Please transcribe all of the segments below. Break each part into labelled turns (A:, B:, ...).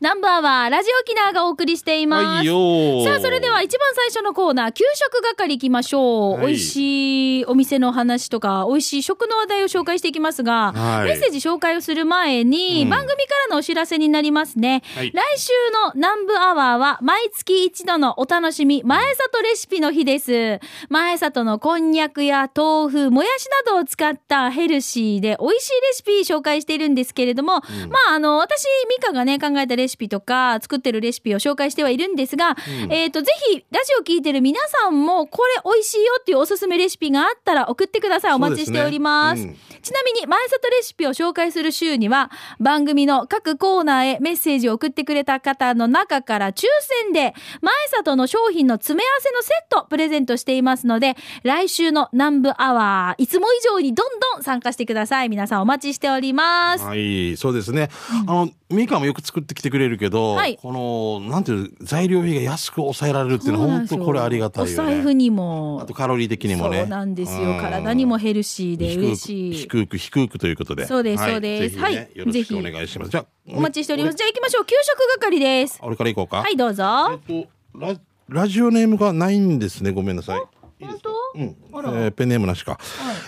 A: ナンバーはラジオキナーがお送りしていま
B: はい
A: す。
B: よー
A: さあ、それでは一番最初のコーナー、給食係行きましょう。
B: はい
A: 美味しいお店の話とか、美味しい食の話題を紹介していきますが、
B: はい
A: メッセージ紹介をする前に、
B: うん
A: 番組からのお知らせになりますね。
B: はい
A: 来週の南部アワーは、毎月一度のお楽しみ、前里レシピの日です。前里のこんにゃくや豆腐、もやしなどを使ったヘルシーで美味しいレシピ紹介しているんですけれども、まあ、あの、私、ミカがね、考えたレシピとか、作ってるレシピを紹介してはいるんですが、
B: うん
A: えっ、と、ぜひ、ラジオ聞いてる皆さんも、これ美味しいよっていうおすすめレシピがあったら送ってください。お待ちしております。
B: そうで
A: ちなみに、前里レシピを紹介する週には、番組の各コーナーへメッセージを送ってくれた方の中から抽選で、前里の商品の詰め合わせのセットプレゼントしていますので、来週の南部アワー、いつも以上にどんどん参加してください。皆さんお待ちしております。
B: はい、そうですね。あの、ミカもよく作ってきてくれるけど、
A: はい
B: この、なんていう、材料費が安く抑えられるっていうのは、本当これありがたいよ
A: お財布
B: ね。
A: にも
B: あとカロリー的にもね。
A: そうなんです
B: う
A: よ
B: ん
A: 体にもヘルシーで嬉しい
B: 低く、低く、低くということで。
A: そうですそうです
B: はい。
A: はい
B: ぜひねよろしく
A: ぜ
B: お
A: ひ
B: 願いします。じゃあ、
A: お待ちしておりますじゃあ行きましょう給食係です
B: 俺。俺から行こうか。
A: はいどうぞ
B: えっと、ララジオネームがないんですね。ごめんなさい。いいで
A: 本
B: すか
A: 当
B: うん、
A: あら
B: えーペンネームなしか。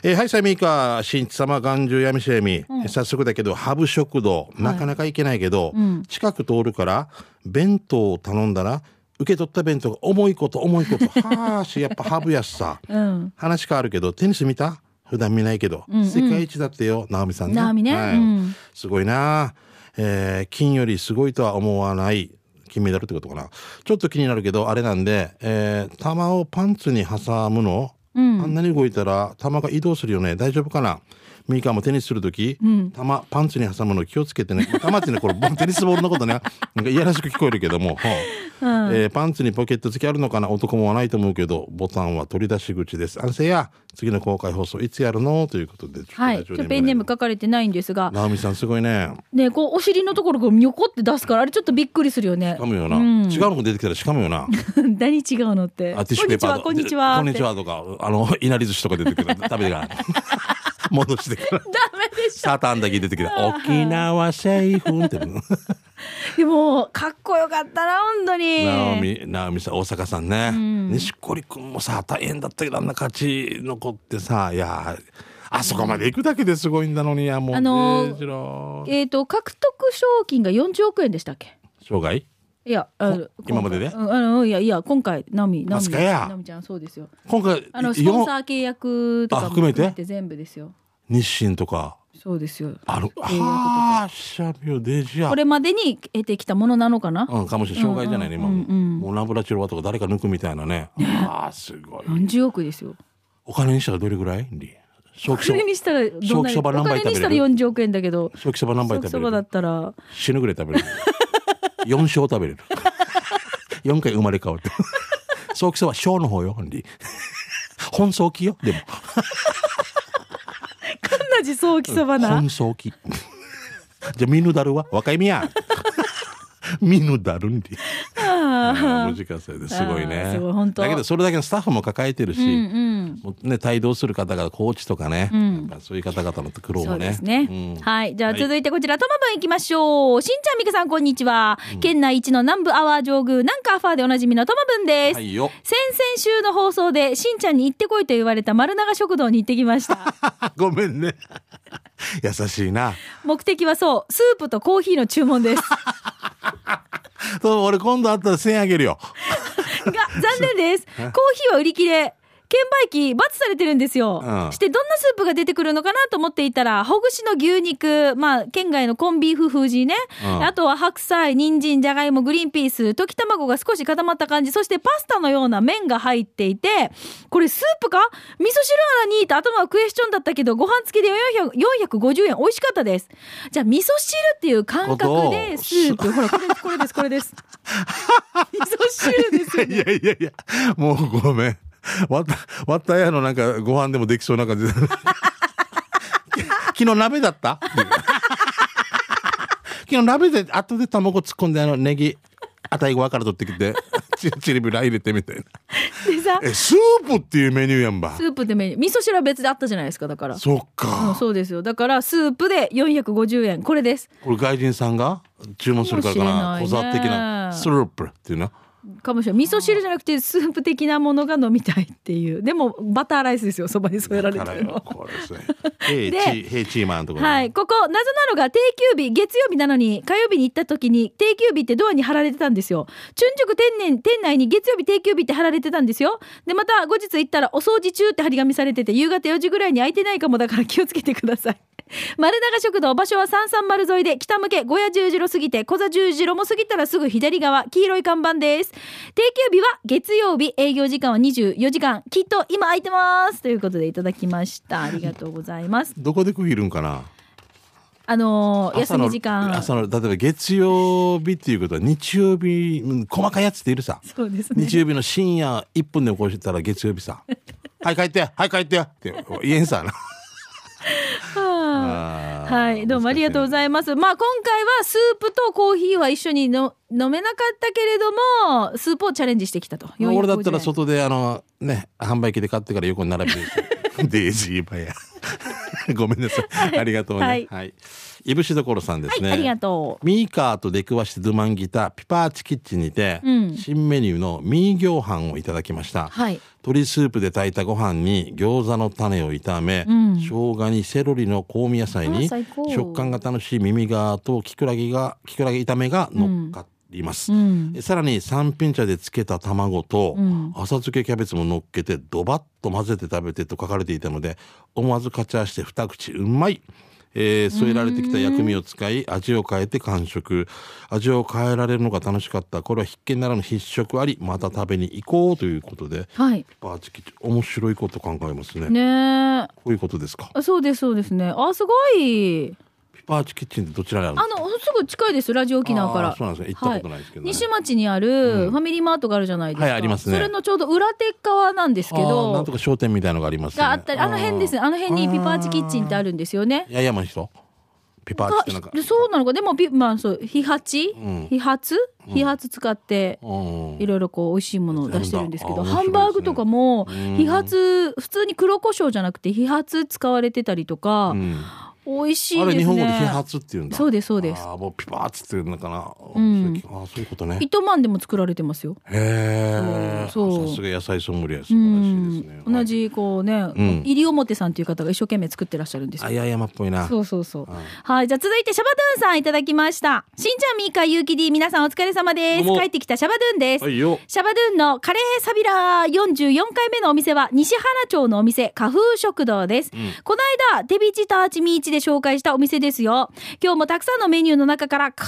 B: えーはい、サミーカ、新地様、眼中やみせみ、早速だけど、ハブ食堂、なかなか行けないけど、近く通るから、弁当を頼んだら、受け取った弁当が重いこと、重 いこと、はーし、やっぱハブやしさ。
A: うん
B: 話変わるけど、テニス見た普段見ないけど、世界一だってよ、ナオミさんね。
A: ナオミね
B: はい
A: うん
B: すごいな、えー金よりすごいとは思わない金メダルってことかな。ちょっと気になるけど、あれなんで、えー玉をパンツに挟むの、あんなに動いたら玉が移動するよね。大丈夫かなミカもテニスするとき、玉、パンツに挟むの気をつけてね。まあ玉ってね、これ、 テニスボールのことね。なんかいやらしく聞こえるけ ども。はいえーパンツにポケット付きあるのかな男もはないと思うけど、ボタンは取り出し口です。安静や、次の公開放送いつやるのということで。ちょっと
A: は
B: ラ
A: い
B: ジオ
A: 今日ペンネーム
B: ね
A: 書かれてないんですが
B: ナオミさんすごいね。
A: ねこうお尻のところがにょこって出すからあれちょっとびっくりするよね
B: しかむよな。違うのも出てきたらしかむよな。
A: 何違うのって
B: あ、ティッシュペーパーと
A: こんにちは
B: こ
A: こんに
B: んに
A: ち
B: ち
A: はっ
B: はとか、あの、いなり寿司とか出てくる。食べ てから。戻してから。
A: てダメでしょ
B: サーターアンだけ出てきた。沖縄セーフンって。
A: でもかっこよかったな本当に
B: ナオミ、ナオミさん、大阪さんね。錦織君もさ、大変だったけど、あんな勝ち残ってさ、いやー、あそこまで行くだけですごいんだのに、いや、もう、
A: あのー
B: ねえ郎
A: えっ、と獲得賞金が40億円でしたっけ
B: 生涯
A: いや、あの
B: 今までね
A: 今回うんあの、いや、いや、今回、ナミ、ナ
B: マ
A: ミ、
B: スカや
A: ナミちゃん、そうですよ。
B: 今回、
A: あの、スポンサー
B: よ
A: 契約とかも
B: あ含めて
A: 全部ですよ。
B: 日清とか、
A: そうですよ。
B: ある、
A: 約とか
B: はー、シャビオ、デジア
A: こ。れまでに得てきたものなのかな。
B: うん、かもしれない。障害じゃないね、
A: うん
B: 今も。もうナブラチロワとか誰か抜くみたいなね。ああ、すごい。
A: 何十億ですよ。
B: お金にしたらどれぐらいリ正気
A: そ
B: そば
A: れ、にしたら、どんな
B: 小
A: に、
B: 規
A: お
B: 模何
A: 金
B: 杯食べれる
A: にしたら40億円だけど。
B: 正気そば何杯食
A: そ
B: べ
A: ば
B: れ
A: だ
B: る
A: ったら、
B: 死ぬぐらい食べれる。4升食べれる。4回生まれ変わって。正気そば、小の方よ、リ本早期よ、でも。
A: かなじ早期そばな。
B: 本早 期。じゃあ、ミヌダルは若いみや。 ミヌダルんり。無時間制ですごい
A: あ
B: ね
A: ーすごい本当
B: だけどそれだけのスタッフも抱えてるし、もうね、帯同する方がコーチとかね、やっぱそういう方々の苦労
A: そ
B: も
A: う
B: ね
A: ですね。
B: うん
A: はい。じゃあ
B: はい
A: 続いてこちら、トマブン行きましょう。しんちゃん、みかさん、こんにちは。県内一の南部アワー上宮、南カーファーでおなじみのトマブンです。
B: はいよ
A: 先々週の放送で、しんちゃんに行ってこいと言われた丸長食堂に行ってきました。
B: ごめんね 優しいな
A: 目的はそう、スープとコーヒーの注文です。
B: そう俺今度会ったら1000円あげるよ
A: が、残念 です。コーヒーは売り切れ。券売機、罰されてるんですよ。
B: うん
A: して、どんなスープが出てくるのかなと思っていたら、ほぐしの牛肉、まあ、県外のコンビーフ風味ね。
B: うん
A: あとは白菜、人参、じゃがいも、グリーンピース、溶き卵が少し固まった感じ。そして、パスタのような麺が入っていて、これスープか味噌汁あらにと頭はクエスチョンだったけど、ご飯付きで400 450円。美味しかったです。じゃあ、味噌汁っていう感覚で、
B: ことを
A: スープ。ほら、これ、これです、これで す。味噌汁ですよ
B: いやいやいやもうごめんわたわたやのなんかご飯でもできそうな感じ昨 日鍋だったっていう昨日鍋で後で卵突っ込んであのネギあたいごわから取ってきてチリチリブラ入れてみたいな
A: でささ
B: えスープっていうメニューやんば
A: スープでメニュー味噌汁は別であったじゃないですかだから
B: そっ
A: うん、
B: か
A: そうですよだからスープで450円これです
B: これ外人さんが注文するからかな
A: かも
B: 小
A: しれ
B: 沢
A: ないね
B: 的なスープっていうな
A: かもしれない味噌汁じゃなくてスープ的なものが飲みたいっていうでもバターライスですよそばに添えられて
B: だから
A: るの
B: よ
A: は
B: これですねヘイチ
A: で
B: ヘイチーマンのところ
A: はいここ謎なのが定休日月曜日なのに火曜日に行った時に定休日ってドアに貼られてたんですよ春塾店年店内に月曜日定休日って貼られてたんですよでまた後日行ったらお掃除中って貼り紙されてて夕方4時ぐらいに空いてないかもだから気をつけてください 丸長食堂場所は三三丸沿いで北向け小屋十字路過ぎて小座十字路も過ぎたらすぐ左側黄色い看板です定休日は月曜日営業時間は24時間きっと今空いてますということでいただきましたありがとうございます
B: どこで区切るんかな
A: あのー
B: 朝
A: 休
B: の
A: み時間。
B: 朝の例えば月曜日っていうことは日曜日うん細かいやつっているさ
A: そうですね。
B: 日曜日の深夜1分で起こしてたら月曜日 さ「はい帰ってはい帰って」って言えんさな
A: はあ
B: あー
A: はい、どうもありがとうございます。まあ、今回はスープとコーヒーは一緒にの飲めなかったけれども、スープをチャレンジしてきたと。
B: まあ俺だっ
A: 450
B: たら
A: 円
B: 外であのね販売機で買ってから横に並 べるデイジーバヤ ごめんなさい、ありがとうね
A: は
B: はいい、いぶしどころさんですね、
A: はい、ありがとう。
B: ミーカーと出くわしてドゥマンギターピパーチキッチンにて、
A: うん
B: 新メニューのミー餃飯をいただきました、
A: はい。
B: 鶏スープで炊いたご飯に餃子の種を炒め、
A: うん
B: 生姜にセロリの香味野菜
A: あー
B: に
A: 最高
B: 食感が楽しい耳側とキクラゲがキクラゲ炒めが乗っかります、
A: うん。
B: えさらに三品茶で漬けた卵と、
A: うん
B: 浅漬けキャベツも乗っけてドバッと混ぜて食べてと書かれていたので思わずカチャーして二口うまい、えー添えられてきた薬味を使い味を変えて完食味を変えられるのが楽しかったこれは必見ならぬ必食ありまた食べに行こうということで
A: はい。
B: バーチキチ面白いこと考えますね
A: ねえ。
B: こういうことですか
A: あそうです、そうですね。あ、すごい。
B: ピパーチキッチンってどちらにある
A: あの、すぐ近いです、ラジオ沖縄から。
B: あーそうなんですね行ったことないですけど
A: は
B: ね
A: い西町にあるファミリーマートがあるじゃないですか。
B: はいありますね
A: それのちょうど裏手側なんですけ
B: あー
A: ど。
B: なんとか商店みたいのがありますよね
A: があったり、あの辺ですね。あの辺にピパーチキッチンってあるんですよね。
B: 八重山の人ピパーチってなんか
A: あそうなのか。でもピまあそう飛八、
B: ん
A: 飛発、飛発使って。
B: うん
A: いろいろこう美味しいものを出してるんですけど、
B: 全部だ
A: ハ
B: あ
A: ンバーグとかも
B: 面白いですね
A: 飛発普通に黒胡椒じゃなくて飛発使われてたりとか、
B: うん
A: 美味しい
B: あ
A: で
B: れ
A: すね。
B: 日本語で揮発っていうんだ。
A: そうですそうです。
B: ああもうピパーッつってるのかな。
A: ん
B: ああそういうことね。へ
A: 糸満でも作られてますよ。
B: え。
A: そうそう
B: さすが野菜ソムリエ素
A: う
B: 晴らしい
A: ん
B: ですね。、
A: 同じこうね、
B: ん
A: 入表さんという方が一生懸命作ってらっしゃるんですよ
B: あ。ややまっぽいな。
A: そうそうそう。はい。じゃあ続いてシャバドゥンさんいただきました。しんちゃん、みーか、ゆうきり、皆さんお疲れ様です。
B: どうも
A: 帰ってきたシャバドゥンです。
B: はいよ。
A: シャバドゥンのカレーサビラー44回目のお店は西原町のお店、花風食堂です。この間、手ビチターチミーチで紹介したお店ですよ。今日もたくさんのメニューの中から、カ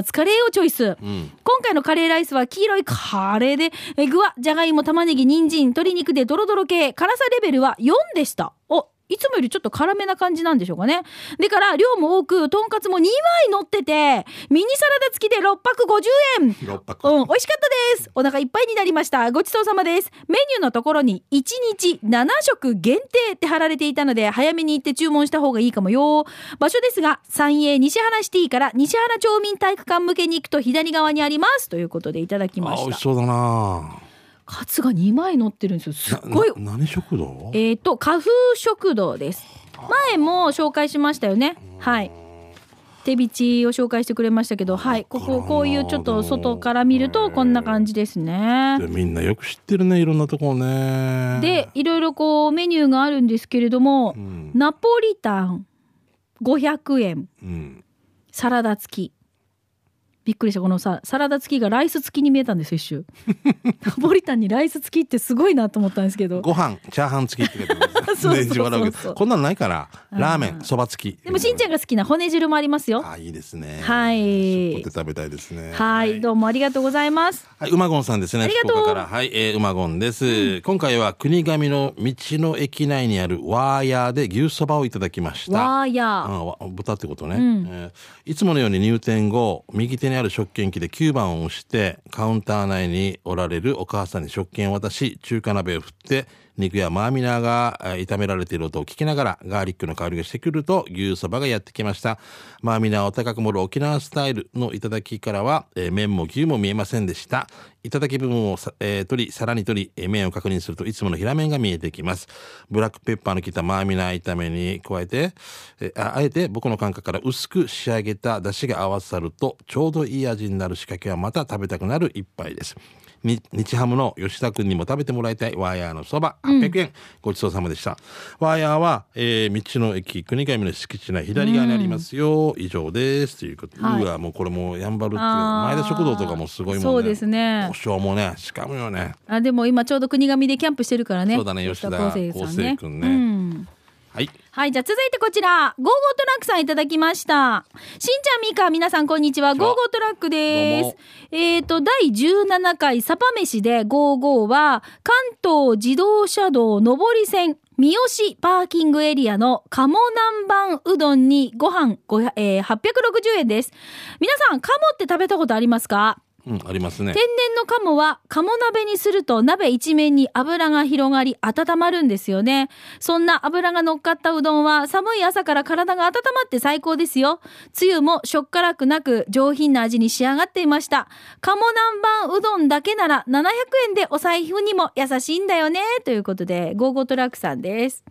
A: ーツカレーをチョイス。
B: うん。
A: 今回のカレーライスは黄色いカレーで、え具はじゃがいも、玉ねぎ、人参、鶏肉でドロドロ系、辛さレベルは4でした。おいつもよりちょっと辛めな感じなんでしょうかね。でから、量も多く、とんかつも2枚乗ってて、ミニサラダ付きで6泊50円。
B: 六泊。
A: うん、美味しかったです。お腹いっぱいになりました。ごちそうさまです。メニューのところに1日7食限定って貼られていたので、早めに行って注文した方がいいかもよ。場所ですが、三栄西原シティから西原町民体育館向けに行くと左側にあります。ということでいただき
B: あ
A: ま
B: ー美
A: し。
B: 味したそうだな。
A: カツが2枚乗ってるんですよ。すっごい
B: な。な何食堂？
A: えっ、と、花風食堂です。前も紹介しましたよね。はい。手びちを紹介してくれましたけど、はい。ここ、こういうちょっと外から見るとこんな感じですね
B: で。みんなよく知ってるねいろんなとこね。
A: で、いろいろこうメニューがあるんですけれども、
B: うん
A: ナポリタン500円
B: うん。
A: サラダ付きびっくりしたこのさサラダ付きがライス付きに見えたんですよ一瞬 ナポリタンにライス付きってすごいなと思ったんですけど
B: ご飯チャーハン付きって書いてある
A: そうそうそうそう
B: 全然笑うけどこんなのないからラーメンそば付き。
A: でもしんちゃんが好きな骨汁もありますよ
B: あーいいですね。
A: はい
B: そこで食べたいですね。
A: はいどうもありがとうございます
B: はい、馬ゴンさんですね。
A: ありがとう
B: 福岡から。はい、えー、馬ゴンです。今回は国神の道の駅内にあるワーヤーで牛そばをいただきました。
A: わーやー
B: あわ豚ってことね、
A: うん
B: えーいつものように入店後右手にある食券機で9番を押してカウンター内におられるお母さんに食券を渡し中華鍋を振って肉やマーミナーがえー炒められている音を聞きながらガーリックの香りがしてくると牛そばがやってきましたマーミナーを高く盛る沖縄スタイルの頂きからは、えー麺も牛も見えませんでした頂き部分をさ、えー取り皿に取り、えー麺を確認するといつもの平麺が見えてきますブラックペッパーの効いたマーミナー炒めに加えて、えーああえて僕の感覚から薄く仕上げた出汁が合わさるとちょうどいい味になる仕掛けはまた食べたくなる一杯ですに日ハムの吉田君にも食べてもらいたいワイヤーのそば800円、ごちそうさまでしたワイヤーは、えー道の駅国神の敷地内左側にありますよ、以上ですということ、
A: はいう
B: わもうこれもうやんばるっていう
A: あー
B: 前田食堂とかもすごいもんね
A: そうですね
B: 保証もねしかもよね
A: あでも今ちょうど国神でキャンプしてるからね
B: そうだね吉田
A: 康
B: 康生君ね
A: うん
B: はい
A: はい、じゃあ続いてこちら、ゴーゴートラックさんいただきました。しんちゃん、みーか、皆さんこんにちは、
B: んにちは
A: ゴーゴートラックで
B: どう
A: す
B: も。
A: えっ、と、第17回サパ飯でゴーゴーは、関東自動車道上り線、三好パーキングエリアの鴨南蛮うどんにご飯ごひゃ、えー860円です。皆さん、鴨って食べたことありますか
B: うんありますね
A: 天然の鴨は鴨鍋にすると鍋一面に油が広がり温まるんですよねそんな油が乗っかったうどんは寒い朝から体が温まって最高ですよつゆもしょっからくなく上品な味に仕上がっていました鴨南蛮うどんだけなら700円でお財布にも優しいんだよねということでゴーゴートラックさんです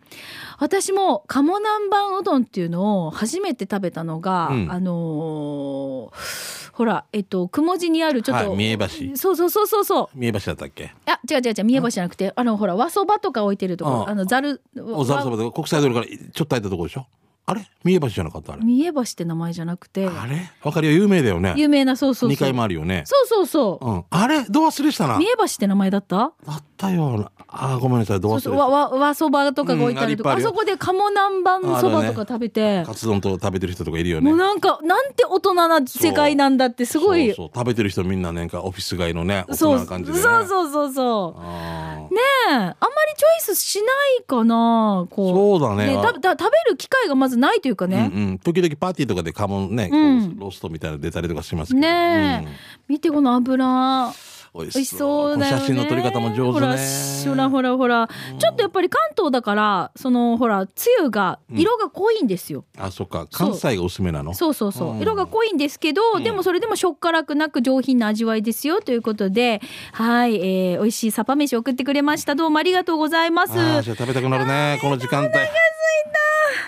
A: 私も鴨南蛮うどんっていうのを初めて食べたのが、
B: うん
A: あのーほらえっと雲地にあるちょっと、
B: はい三重橋
A: そうそうそうそうそう。
B: 三重橋だったっけ
A: あ、違う違う違う、三重橋じゃなくて、あの、ほら、和そばとか置いてるとこ
B: あ
A: ろ、
B: あ
A: あの、ざる、
B: おざるそ
A: わ
B: ばで国際通りからちょっと入ったところでしょあれ三重橋じゃなかったあれ
A: 三重橋って名前じゃなくて、
B: あれわかるよ有名だよね
A: 有名な、そうそうそう。
B: 2階もあるよね
A: そうそうそう。
B: うんあれどう忘れしたな
A: 三重橋って名前だった
B: あったよなあーごめんなさいどう
A: そうそう、
B: 忘れし
A: わ、わ、和そばとかが置いてあると
B: うん
A: か、
B: あ
A: あ
B: れいっぱいあ
A: そ
B: る
A: こで鴨南蛮そばとか食べて
B: た、カツ丼と食べてる人とかいるよね
A: もうなんか、なんて大人な世界なんだって、すごい、
B: そうそう食べてる人みんななんかオフィス街のね大
A: そ
B: 人
A: う、
B: な
A: そう
B: 感じで、ね、
A: そうそうそう。
B: あー
A: ねえ、あんまりチョイスしないかな、こ
B: そうだ
A: う。
B: ね
A: ね、
B: あ
A: ただ食べる機会がまずないというかね。
B: うんうん、時々パーティーとかでカモンね、こう
A: うん
B: ローストみたいなの出たりとかしますけど
A: ねえ見てこの油
B: うん、
A: 美
B: 美味
A: 味
B: し
A: し
B: そ
A: そううだよね
B: この写真の撮り方も上手ね
A: ほらほらほらほら、ちょっとやっぱり関東だからそのほらつゆが色が濃いんですよ、
B: あそっか関西が薄めなの
A: そうそうそう、
B: うん
A: 色が濃いんですけど、でもそれでもしょっからくなく上品な味わいですよということではい、えー、美味しいサパ飯送ってくれましたどうもありがとうございます
B: あーじゃあ食べたくなるねこの時間帯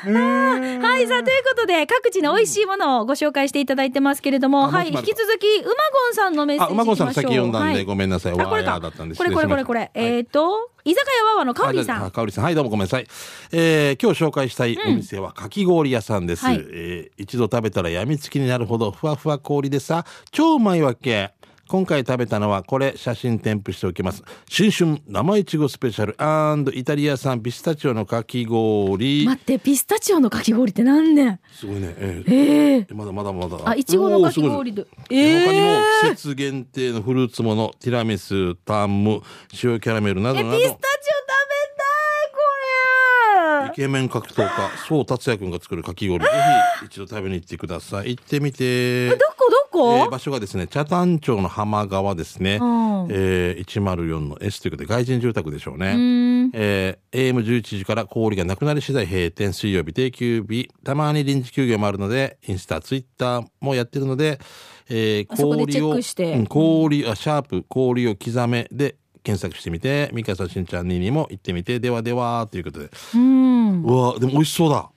A: はい、さあ、ということで、各地の美味しいものをご紹介していただいてますけれども、
B: あ
A: はい、
B: もう
A: 引
B: 一枚あ
A: き続
B: る
A: き、うまごんさんのメッセー
B: あ
A: ジい
B: う
A: きま
B: ま
A: しょう。
B: こさん先読んだんで、
A: はい
B: ごめんなさい
A: あ、これ
B: わーや
A: か。
B: ーだったんで
A: これこれこれこれ。
B: 失礼しました
A: えっと、居酒屋わわのかおりさ
B: あ
A: ん。
B: かおりさん。はい、どうもごめんなさい。えー今日紹介したいお店はかき氷屋さんです。
A: はい
B: えー一度食べたらやみつきになるほどふわふわ氷でさ、超うまいわけ。今回食べたのはこれ写真添付しておきます。新春生いちごスペシャルイタリア産ピスタチオのかき氷。
A: 待って、ピスタチオのかき氷って何年
B: すごいね。えー
A: ええ
B: まだまだまだ。
A: あ、いちごのかき
B: おーすごい
A: 氷で。え
B: 他にも
A: え
B: 季節限定のフルーツもの、ティラミス、タンム、塩キャラメルなど
A: え、ピスタチオ食べたい
B: など、
A: こ
B: イ
A: れ
B: ケメン格闘家、そう達也くんが作るかき氷、ぜひ一度食べに行ってください。行ってみて。
A: どこどこ、
B: えー場所がですね、茶炭町の浜川ですね。
A: うん
B: えー104の S ということで、外人住宅でしょうね。
A: うん
B: えー AM11 時から氷がなくなり次第閉店水曜日定休日たまに臨時休業もあるのでインスタツイッターもやってるので、えー
A: あそこでチ
B: 氷
A: ェ
B: を
A: ックして
B: うん氷あシャープ氷を刻めで検索してみてミカさんしんちゃんににも行ってみてではではということで
A: うん。
B: うわでも美味しそうだ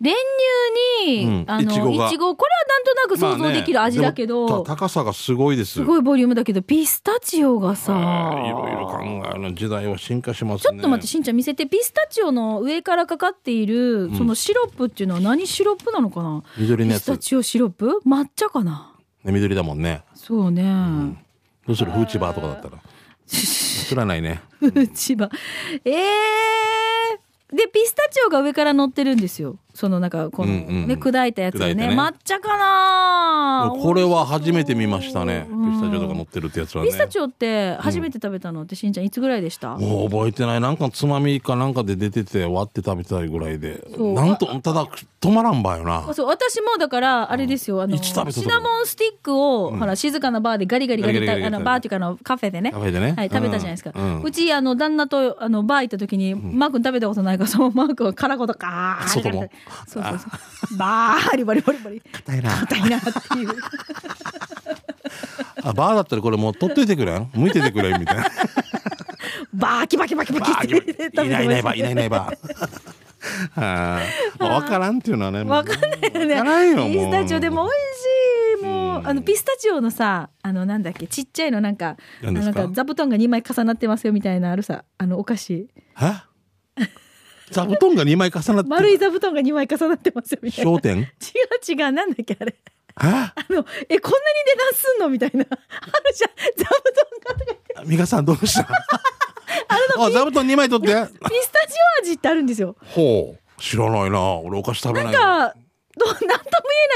A: 練乳に、
B: うん
A: あの、い
B: い
A: ち
B: ちごが
A: ご、これはなんとなく想
B: まあ
A: 像
B: ね
A: できる味だけど、
B: でもた高さがすごいです
A: すごいボリュームだけど、ピスタチオがさ、
B: あーいろいろ考える時代は進化します
A: ち
B: ね
A: ょっと待って、しんちゃん見せて。ピスタチオの上からかかっている、そのシロップっていうのは何シロップなのかな
B: 緑の
A: ピ
B: や
A: ス
B: つ
A: タ
B: ね
A: チオシロップ抹茶かな
B: 緑だもんね
A: そうね。
B: どうするフーチバーとかだったら映らないね
A: うちば。えーで、ピスタチオが上から乗ってるんですよ。そのなんかこのね、
B: うんうんうん
A: 砕いたやつ
B: 砕
A: ね
B: いてね
A: 抹茶かな
B: これは初めて見ましたね。
A: うん
B: ピスタチオとか乗ってるってやつはね
A: ピ。スタチオって初めて食べたのってしんちゃんいつぐらいでした、
B: もう覚えてない。なんかつまみかなんかで出てて割って食べたいぐらいで。
A: そう
B: なんと、ただ止まらんばよな
A: あ。そう私もだからあれですよあの
B: いつ食べたとこ
A: シナモンスティックを、ほら静かなバーでガリガリガリ
B: ガリガリガリガリ
A: あのバーっていうかあのカフェでね
B: カフェでね
A: はい、食べたじゃないですか、
B: う
A: うんちあの旦那とあのバー行った時に、マー君食べたことないからそのマー君は殻ごとかー
B: そうかも
A: そうそうそうバーリバリバリバ リ
B: 硬いな
A: 硬いなっていう
B: あ、バーだったらこれもう取っといてくれん向いててくれんみたいな。
A: バーキバキバキバ
B: バ
A: キって
B: ー
A: 食べて
B: キいないいないば、
A: まし
B: いないいないば。は あ、わからんっていうのはね。
A: わかんないよね。
B: わからんよ、もう。
A: ピスタチオでも美味しい。もう、あのピスタチオのさ、あのなんだっけ、ちっちゃいのなんか、あ
B: 何
A: の
B: です
A: なん
B: か
A: か座布団が2枚重なってますよみたいなあるさ、あのお菓子。
B: え座布団が2枚重なって
A: 丸い座布団が2枚重なってますよみたいな。違
B: 商店
A: う違う、なんだっけあれ。
B: え
A: あの、え、こんなに値段すんのみたいな。あるじゃん、座布団がとか。
B: 美香さんどうした あ座布団2枚取って
A: ピスタチオ味ってあるんですよ。
B: ほう知らないな俺お菓子食べ
A: な
B: なんいの
A: か、どう、なんとも言え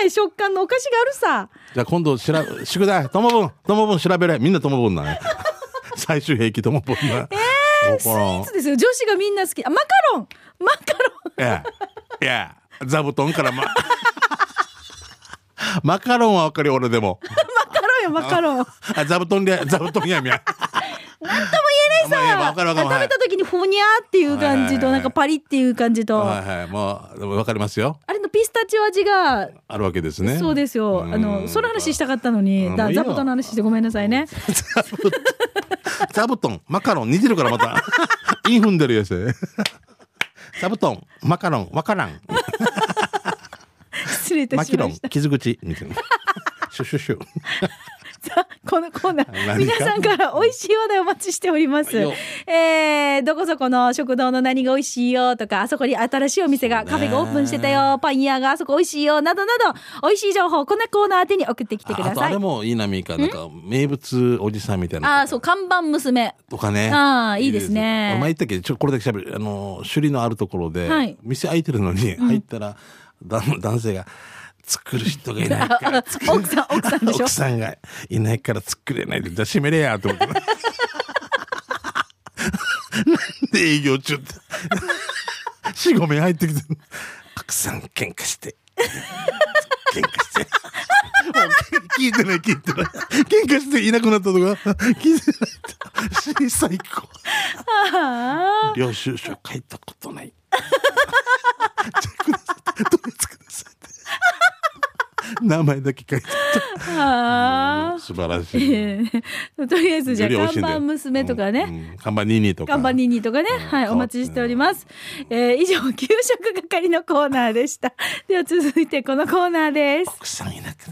A: ない食感のお菓子があるさ。
B: じゃあ今度しら 宿題ともぶんともぶん調べれみんなともぶ んなね最終兵器ともぶんなええスイ
A: いつですよ、女子がみんな好き。あ、マカロンマカロン
B: ええいや座布団からま マカロンはわかるよ俺でも
A: マカロンよ、マカロン。
B: あ座布団で座布団やみや
A: ない
B: まあいや
A: さ、
B: わかるわかる
A: 食べた時にふにゃーっていう感じと、
B: はいはいはい
A: なんかパリっていう感じと、
B: はいはいもうでもわかりますよ
A: あれのピスタチオ味が、
B: あるわけですね
A: そうですよ、あのその話したかったのに、
B: うんもう
A: だ
B: いいよ
A: 座布団の話してごめんなさいね。
B: 座布団座布団マカロン似てるから またイン踏んでるやつ座布団マカロンわからん
A: 失礼いた
B: マキ
A: し
B: ロ
A: ま
B: ン
A: した。
B: 傷口みたいなシュシュシュ
A: さあこのコーナー、
B: 何
A: 皆
B: か
A: さんから美味しい話題お待ちしております。
B: よ
A: えー、どこそこの食堂の何が美味しいよとか、あそこに新しいお店が、カフェがオープンしてたよ、パン屋があそこ美味しいよ、などなど、美味しい情報、こんなコーナー宛てに送ってきてく
B: あ
A: だ
B: とあ
A: さい
B: れ。もいいなみーかなんか名物おじさんみたいな
A: ああ、そう、看板娘。
B: とかね
A: ああいいですね
B: いいです俺前言ったっけどちょこれだけしゃべるあの首里のあるところで、
A: はい
B: 店開いてるのに入ったら、だ男性が作る人がいないか ら
A: あ奥さん、奥さんでしょ
B: 奥さんがいないから作れないで、じゃあ閉めれやと思って。なんで営業中って。4、5名入ってきて。奥さん喧嘩して。喧嘩して。もう聞いてない聞いてない。喧嘩していなくなったとか、聞いてないって。最高。
A: あ
B: 領収書書いたことない。じゃあください。どれつくださいって。名前だけ書いて
A: ーあ
B: あった。素晴らし
A: ー。
B: い。
A: ええとりあえずじゃあ
B: より美味
A: 看
B: しいんだよ
A: 板娘とかね、
B: うんうん看板ニーニーとか
A: 看板ニーニーとかね、はい、お待ちしております。えー以上、給食係のコーナーでした。 では続いてこのコーナーです。
B: 奥さんいなくなった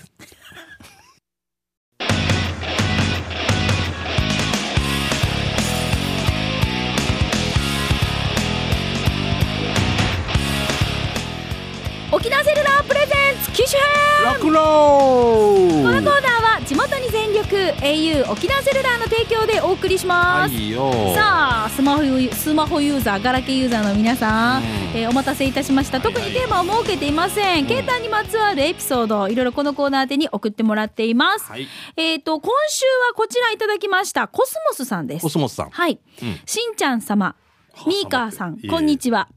A: 沖縄セルラープレゼンツ機種編
B: ロックンロー
A: このコーナーは地元に全力 au 沖縄セルラーの提供でお送りしま
B: は
A: す。
B: いよ
A: さあスマホユスマホユーザーガラケーユーザーの皆さん、
B: うん
A: えーお待たせいたしました特にテーマを設けていません、携帯にまつわるエピソードいろいろこのコーナー宛てに送ってもらっています、
B: はい
A: えっ、と今週はこちらいただきましたコスモスさんです
B: コスモスさん
A: はい、しんちゃん様みーかーさん
B: いえいえ
A: こんにちは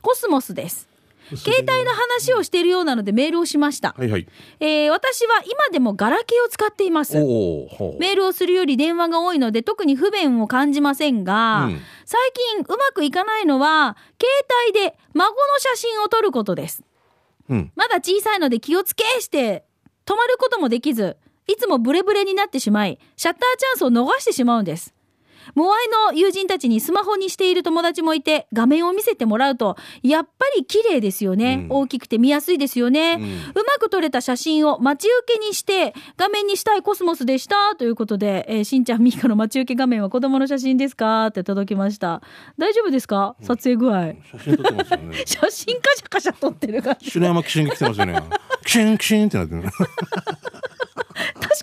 A: コスモスです携帯の話をしているようなのでメールをしました、
B: はいはい
A: えー私は今でもガラケーを使っています
B: おおほう
A: メールをするより電話が多いので特に不便を感じませんが、
B: うん
A: 最近うまくいかないのは携帯で孫の写真を撮ることです
B: うん
A: まだ小さいので気をつけして止まることもできずいつもブレブレになってしまいシャッターチャンスを逃してしまうんですモアイの友人たちにスマホにしている友達もいて画面を見せてもらうとやっぱり綺麗ですよね、
B: うん
A: 大きくて見やすいですよね、
B: う
A: うんまく撮れた写真を待ち受けにして画面にしたいコスモスでしたということで、えーしんちゃんみーかの待ち受け画面は子供の写真ですかって届きました大丈夫ですか撮影具合、
B: 写真撮ってますよね
A: 写真カシャカシャ撮ってる感じ
B: 白山キシンが来てま すよねキシンキシンってなってる
A: 確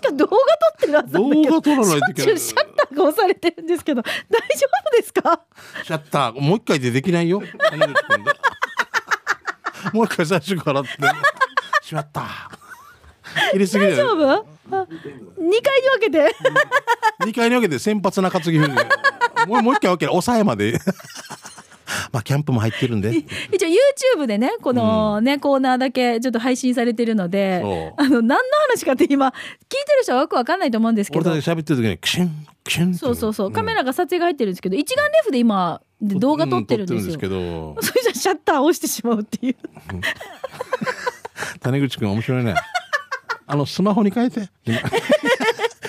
A: か動画撮ってるはずなんだけど
B: 動画撮らないといけない
A: しょっちゅうシャッターが押されてるんですけど大丈夫ですか
B: シャッターもう一回でできないよ何言ってんだもう一回最初からってしまった入れすぎ
A: 大
B: だ
A: 丈
B: よ
A: 夫あ二回に分けて
B: 2回に分けて先発中継ぎ風に もうもう一回分ける抑えまで まあキャンプも入ってるんで
A: 一応 YouTube でねこのね、コーナーだけちょっと配信されてるので
B: そう
A: あの何の話かって今聞いてる人はよくわかんないと思うんですけ
B: 俺
A: ど
B: たち喋ってる時にクシュンクシュンって
A: そうそうそう、
B: ん
A: カメラが撮影が入ってるんですけど一眼レフで今で動画撮ってるんです
B: う
A: よ、
B: 撮ってるんです
A: それじゃシャッターを押してしまうっていう
B: けど谷口くん面白いねあのスマホに変 えて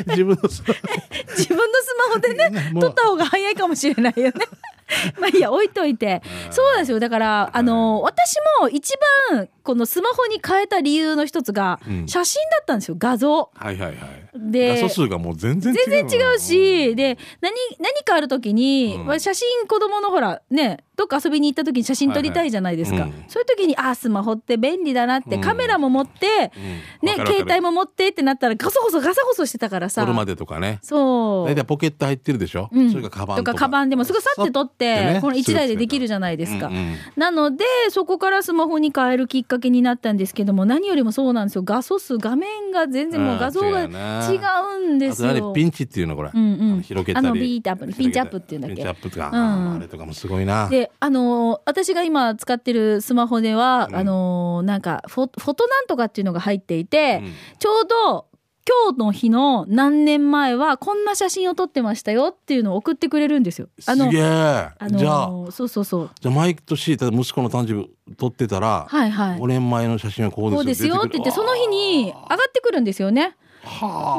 B: 自分のスマホ
A: 自分のスマホでね
B: ね、もう
A: 撮った方が早いかもしれない よね。まあいいや、置いといて。そうなんですよ。だから、あの、私も一番、このスマホに変えた理由の一つが、
B: うん
A: 写真だったんですよ、画像。
B: はいはいはい
A: で
B: 画素数がもう全然違う
A: 全然違うし、で、何、何かある時に、
B: うん
A: まあ写真、子供のほら、ね、どっか遊びに行った時に写真撮りたいじゃないですか。
B: はいはいうん
A: そういう時に、ああ、スマホって便利だなって、
B: うん
A: カメラも持って、
B: うん
A: ね
B: わ、かるわかる
A: 携帯も持ってってなったら、ガサゴソガサゴソしてたからさ
B: 取。るまでとかね
A: そう。
B: 大体ポケット入ってるでしょ、
A: うん
B: それがカバン
A: と
B: とか
A: かカバンでもすぐさって取って、
B: ね
A: この1台でできるじゃないですか。
B: うんうん
A: なのでそこからスマホに変えるきっかけになったんですけども何よりもそうなんですよ画素数画面が全然もう画像が
B: うん違うな
A: 違うんです
B: あと
A: よ
B: 何。ピンチっていうのこれ、
A: うんうん
B: あの広げたり
A: あのビータップピンチアップっていうんだっけ
B: ピンチアップとか、
A: うん
B: あれとかもすごいな
A: であのー私が今使ってるスマホでは、
B: うん
A: あのーなんかフォフォトなんとかっていうのが入っていて、
B: うん
A: ちょうど今日の日の何年前はこんな写真を撮ってましたよっていうのを送ってくれるんですよ。あの
B: すげえ、
A: あのー
B: じゃあ
A: そうそうそう
B: じゃあ毎年例えば息子の誕生日撮ってたら、
A: はいはい
B: 5年前の写真はこ
A: こ
B: う
A: う
B: で
A: ですす
B: よ
A: よって言ってその日に上がってくるんですよね。で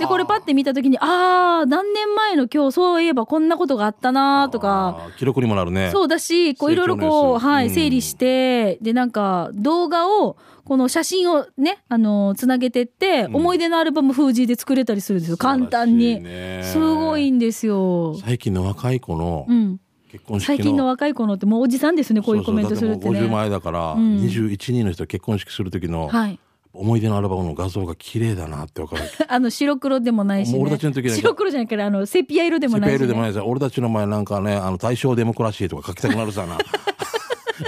B: で
A: これパッて見た時にあー何年前の今日そういえばこんなことがあったなーとか。
B: 記録にもなるね
A: そうだしこういろいろこう、
B: 成長の様子
A: はい、
B: うん
A: 整理してでなんか動画をこの写真をねあのつなげてって、
B: うん
A: 思い出のアルバム封じで作れたりするんですよ簡単に、
B: 素晴らしいね
A: すごいんですよ、
B: 最近の若い子の
A: うん、
B: 結婚式の、
A: 最近の若い子のってもうおじさんですねこういうコメント
B: そ
A: す
B: そ
A: る
B: だ
A: って
B: てもう
A: ね
B: 50前だから、
A: うん
B: 21人の人結婚式する時の
A: はい、
B: 思い出のアルバムの画像が綺麗だなって分かる
A: あの白黒でもないし、ね、
B: もう俺たちの時なんか
A: 白黒じゃないからあのセピア色でも
B: セ
A: な
B: ペ
A: い
B: ー
A: し、ね、
B: ルでもないです俺たちの前なんかねあの大正デモクラシーとか書きたくなるさな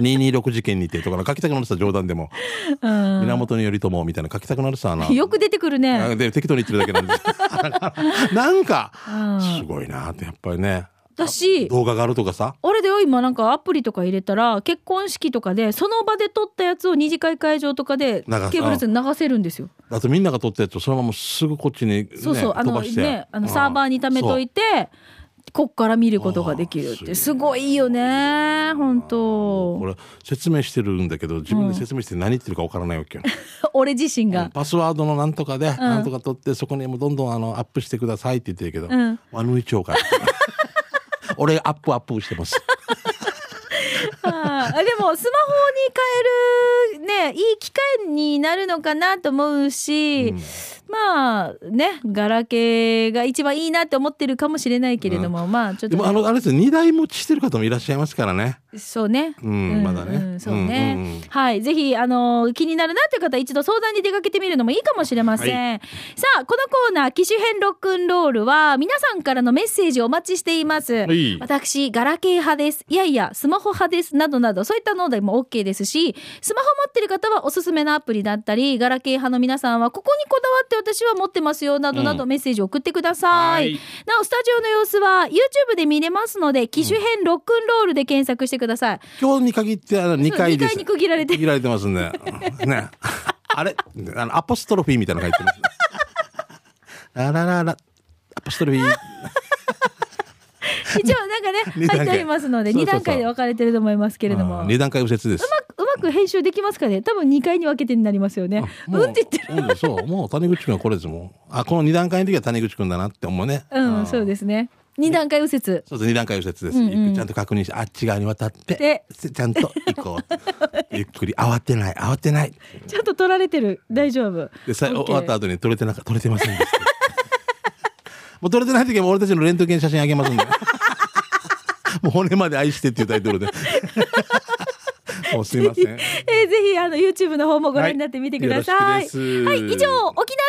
B: 226事件にてとかな書きたくなるさ冗談でも
A: うん
B: 源頼朝みたいな書きたくなるさな
A: よく出てくるね。
B: あで適当に言ってるだけなんです なんか
A: うん
B: すごいなってやっぱりね
A: だし、
B: 動画があるとかさ
A: あれだよ、今なんかアプリとか入れたら、結婚式とかで、その場で撮ったやつを二次会会場とかで、ケ
B: 流す
A: ーブルツに流せるんですよ。
B: あとみんなが撮ったやつをそのまますぐこっちに、ね、
A: そうそう、あ
B: 飛
A: の
B: ばして
A: ね、あのサーバーに溜めとい
B: て
A: て、こっから見ることができるっ
B: あ
A: て、
B: ー
A: すごいよね、本
B: こ
A: 当
B: れ説明してるんだけど自分で説明して何言ってるかわからないわけよ、
A: 俺自身が。
B: パスワードのなんとかで、なんとか取ってそこにもうどんどんあのアップしてくださいって言ってるけど、
A: うん
B: ワヌイ町 から俺アップアップしてます
A: あーでもスマホに変えるねいい機会になるのかなと思うし、まあねガラケーが一番いいなって思ってるかもしれないけれども、まあちょっ
B: で
A: と
B: もあのあれですよ2台持ちしてる方もいらっしゃいますからね
A: そうね、
B: うんまだね
A: うんそうね、
B: うんうんうん
A: はいぜひあの気になるなという方一度相談に出かけてみるのもいいかもしれません、さあこのコーナー機種編ロックンロールは皆さんからのメッセージをお待ちしています、
B: い
A: 私ガラケー派ですいやいやスマホ派ですなどなどそういったのでも OK ですしスマホ持ってる方はおすすめのアプリだったりガラケー派の皆さんはここにこだわって私は持ってますよなどなどメッセージを送ってください、
B: はい
A: なおスタジオの様子は YouTube で見れますので機種編ロックンロールで検索してくだ さい、
B: 今日に限ってあの2回です
A: 二回に区切られて
B: 区切られてますんでねあれあのアポストロフィーみたいなの書いてます、ね、ララララアポストロフィー
A: 一応なんかね
B: 二
A: 入っ
B: 段階
A: ておりますので
B: そう
A: 2
B: そうそう
A: 段階で分かれてると思いますけれどもう
B: う
A: ま
B: ん二段階右折です
A: くうまく編集できますかね多分2回に分けてになりますよね
B: も
A: うんって言ってる
B: うんそう、もう谷口くんはこれですもん。あ、この二段階の時は谷口くんだなって思うね。
A: うんそうですね2段階右折
B: そうです、二段階右折です。
A: うんうん
B: ゆっくりちゃんと確認して、あっち側に渡って
A: で、
B: せちゃんと行こ う。ゆっくり、慌てない、慌てない。
A: ちゃんと取られてる大丈夫
B: で、さ、
A: OK
B: 終わった後に撮れてなか、撮れてませんでした。 もう撮れてない時はもう俺たちのレントゲン写真あげま すんで。もう骨まで愛してっていうタイトルで。もうすいま せん。
A: えーぜひあの YouTube の方もご覧になってみてください。
B: は
A: はいい、
B: よ
A: 以上沖縄
B: ろしく
A: セ
B: で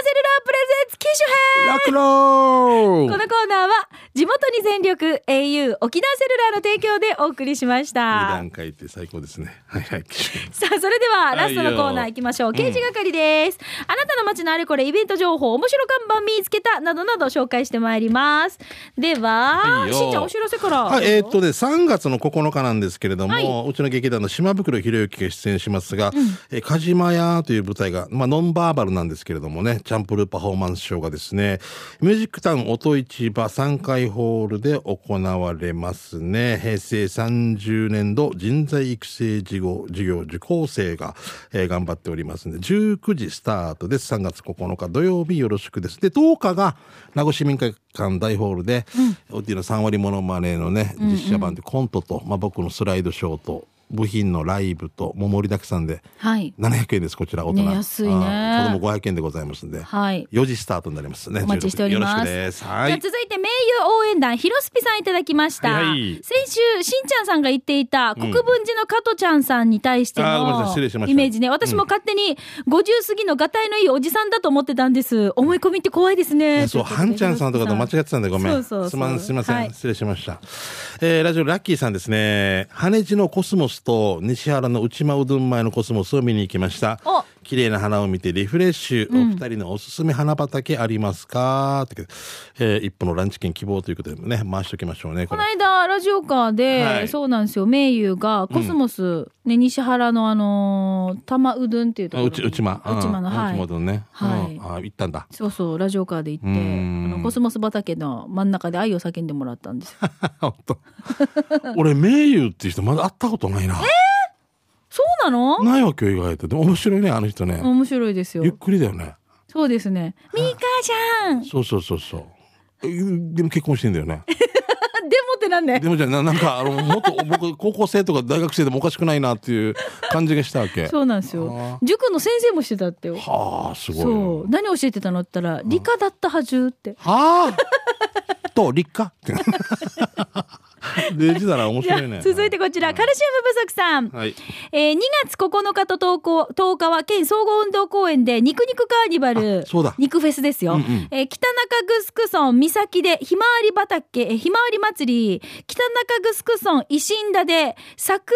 B: す
A: ルラープレゼンツ九州編
B: ラ
A: こ
B: クロ
A: の
B: ー
A: コーナーは地元に全力 au 沖縄セルラーの提供でお送りしまし
B: 二
A: た
B: 段階って最高ですね。はいはい。
A: さあそれではラストのコーナー
B: はいよ
A: 行きましょう刑事係です、あなたの街のあれこれイベント情報面白看板見つけたなどなど紹介してまいりますでは
B: はいよ
A: しんちゃんお知らせから
B: はい、えーっとね、3月の9日なんですけれども、
A: はいう
B: ちの劇団の島袋博之が出演しますが、えー、カジマヤという舞台が、まあ、ノンバーバルなんですけれどもね、チャンプルーパフォーマンスショーがですね、ミュージックタウン音市場3階ホールで行われますね。平成30年度人材育成事業、事業受講生が、えー頑張っておりますので、19時スタートです。3月9日土曜日よろしくです。で、10日が名護市民会館大ホールで、オティの3割モノマネのね、実写版でコントと、まあ、僕のスライドショーと、部品のライブと、もう盛りだくさんで、
A: はい
B: 700円です、こちら、大人。
A: ね安いね
B: あー子供500円でございますんで、
A: はい
B: 4時スタートになりますね。
A: お待ちしております
B: 16よろしくです。は
A: じゃあ
B: い。
A: 続いて名優応援団ひろすぴさんいただきました、
B: はいはい
A: 先週しんちゃんさんが言っていた国分寺の加トちゃんさんに対して
B: あーごめんなさい
A: の
B: 失礼しました
A: イメージね私も勝手に50過ぎのがたいのいいおじさんだと思ってたんです思い込みって怖いですね
B: そう、ハンちゃんさんとかと間違ってたんでごめん。
A: そうそうそう
B: すまん、すいません、
A: はい
B: 失礼しました。えーラジオラッキーさんですね。羽地のコスモスと西原の内間うどん前のコスモスを見に行きました
A: お。
B: 綺麗な花を見てリフレッシュ。お二人のおすすめ花畑ありますかってけどえー一歩のランチ券希望ということでね、回しておきましょうね。こ
A: こ
B: れ
A: の間ラジオカーで、
B: はい
A: そうなんですよ名優がコスモス、ね、西原のあのー玉うどんっていうと
B: あ
A: ころ
B: うち、内間。うん
A: 内間のはい
B: 内間うどんね。うん
A: はい
B: あ、行ったんだ。
A: そうそうラジオカーで行ってあ
B: うーん
A: のコスモス畑の真ん中で愛を叫んでもらったんですよ
B: 本当俺、名優っていう人まだ会ったことないな。
A: そうなの
B: ないわけよ、意外と。でも面白いね、あの人ね。
A: 面白いですよ
B: ゆっくりだよね。
A: そうですね。ミカちゃん。でも
B: そうそうそうそう。えでも結婚してんだよね。
A: ってなんで。
B: でもじゃあななんかあのもっと僕高校生とか大学生でもおかしくないなっていう感じがしたわけ。
A: そうなんです
B: あ
A: よ。塾の先生もしてたってよ。
B: はあすごいな。
A: そう、何教えてたのって言ったら、理科だったはずって。
B: はあと立 夏って。レジなら面
A: じゃ
B: 白いね。
A: あ続いてこちら、カルシウム不足さん。
B: はい。
A: えー、2月9日と10日10日は県総合運動公園で肉肉カーニバル
B: あそうだ
A: 肉フェスですよ、
B: うんうん
A: えー北中グスク村三崎でひまわり畑えーひまわり祭り北中グスク村石神田で桜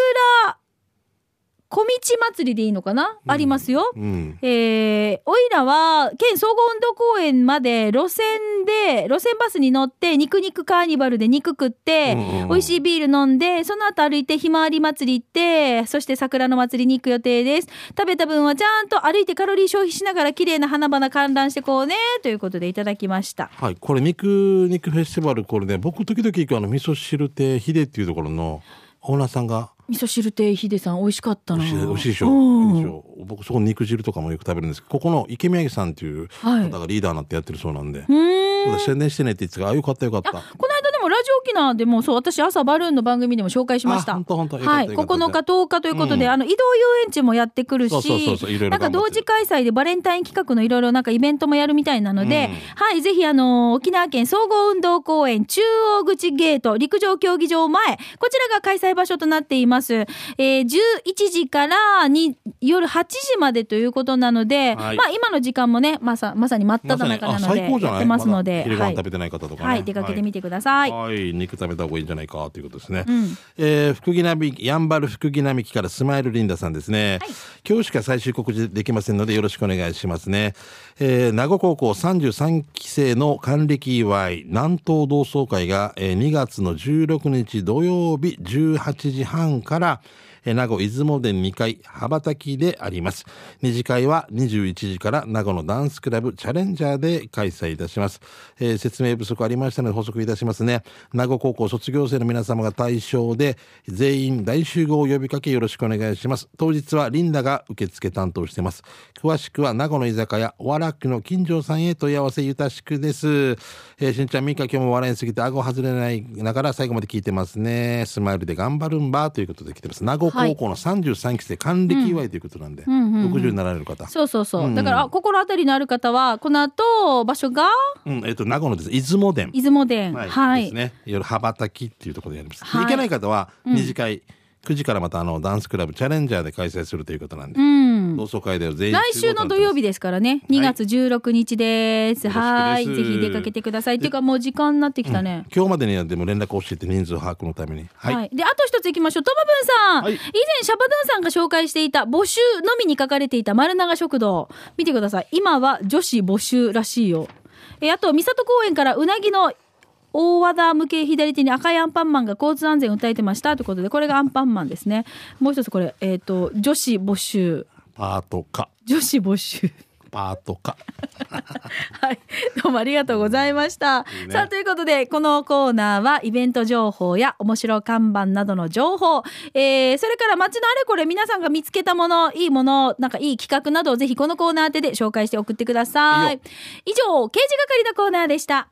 A: 小道祭りでいいのかな、ありますよ、
B: うん。
A: えー、おいらは県総合運動公園まで路線で路線バスに乗って肉肉カーニバルで肉食って、
B: うんうん
A: 美味しいビール飲んでその後歩いてひまわり祭り行ってそして桜の祭りに行く予定です食べた分はちゃんと歩いてカロリー消費しながら綺麗な花々観覧してこうねということでいただきました
B: はい、これ肉肉フェスティバルこれね僕時々行くあの味噌汁亭ヒデっていうところのオーナーさんが
A: 味噌汁亭ヒデさん美味しかった
B: 美
A: な
B: 味しい美味しいでし
A: う
B: ょ
A: ん
B: いいでしょ僕そこ肉汁とかもよく食べるんですけどここの池宮城さんっていう
A: はい
B: 方がリーダーになってやってるそうなんで、
A: うーん
B: そうだ宣伝してねって言ってたからあよかったよかっ
A: あ
B: た
A: この間でもラジオ沖縄でもそう私朝バルーンの番組でも紹介しました
B: あ本当本当よかった
A: はい
B: よかった
A: 9日10日ということで、
B: うん
A: あの移動遊園地もやってくるし
B: そうそうそうそういろい
A: な
B: ろ
A: んか
B: 頑張っ
A: 同
B: て
A: 時開催でバレンタイン企画のいろいろなんかイベントもやるみたいなので、はいぜひあのー沖縄県総合運動公園中央口ゲート陸上競技場前こちらが開催場所となっています、えー、11時からに夜8時までということなので、
B: はい
A: まあ今の時間もねまさまさに真っ
B: ま
A: 只
B: さに
A: 中な
B: あ
A: ので
B: 最高じゃ
A: やっ
B: な
A: て
B: い
A: ますので、
B: 昼ご
A: は
B: 飯
A: い
B: 食べてない方とかね
A: はい、出かけてみ
B: て
A: てください。
B: はい、はい肉食べた方がいいんじゃないかということですね、
A: うん
B: えー福木並木やんばる福木並木からスマイルリンダさんですね、今日しか最終告示できませんのでよろしくお願いしますね、えー、名護高校33期生の還暦祝い南東同窓会が、えー、2月の16日土曜日18時半からえー名護出雲殿2階羽ばたきであります二次会は21時から名護のダンスクラブチャレンジャーで開催いたします、えー説明不足ありましたので補足いたしますね名護高校卒業生の皆様が対象で全員大集合を呼びかけよろしくお願いします当日はリンダが受付担当してます詳しくは名護の居酒屋わらくの金城さんへ問い合わせゆたしくです、えーしんちゃんみーか今日も笑いすぎて顎外れないながら最後まで聞いてますねスマイルで頑張るんばということで来てます名護高校の33期生還暦祝いということなんで、60になられる方、
A: そうそうそう。だから、あ心当たりのある方は、この後、場所が、
B: うんえっと名護のです出雲殿
A: 出雲殿。
B: はい、
A: はい。
B: ですね夜羽ばたきっていうところでやります、
A: はい
B: 行けない方は二次会、 9時からまたあのダンスクラブチャレンジャーで開催するということなんで、
A: うん。
B: 同窓会で全員
A: 来週の土曜日ですからね、2月16日です。は
B: はい
A: い、
B: よろ
A: ぜ
B: しくです
A: ひ出かけてください。っていうかもう時間になってきたね。
B: 今日までにはでも連絡を教えて人数把握のためにはい、
A: はい。で、あと一ついきましょう。トマブンさん。
B: はい
A: 以前、シャバドゥンさんが紹介していた募集のみに書かれていた丸長食堂。見てください。今は女子募集らしいよ。えーあと、三里公園からうなぎの大和田向け左手に赤いアンパンマンが交通安全を訴えてましたということで、これがアンパンマンですね。もう一つこれ、えっ、と、女子募集。
B: パートか
A: 女子募集。
B: パートか
A: はい、どうもありがとうございました。
B: いいね
A: さあ、ということで、このコーナーはイベント情報や面白看板などの情報、えー、それから街のあれこれ皆さんが見つけたもの、いいもの、なんかいい企画などをぜひこのコーナー宛てで紹介して送ってください。
B: いい
A: 以上、刑事係のコーナーでした。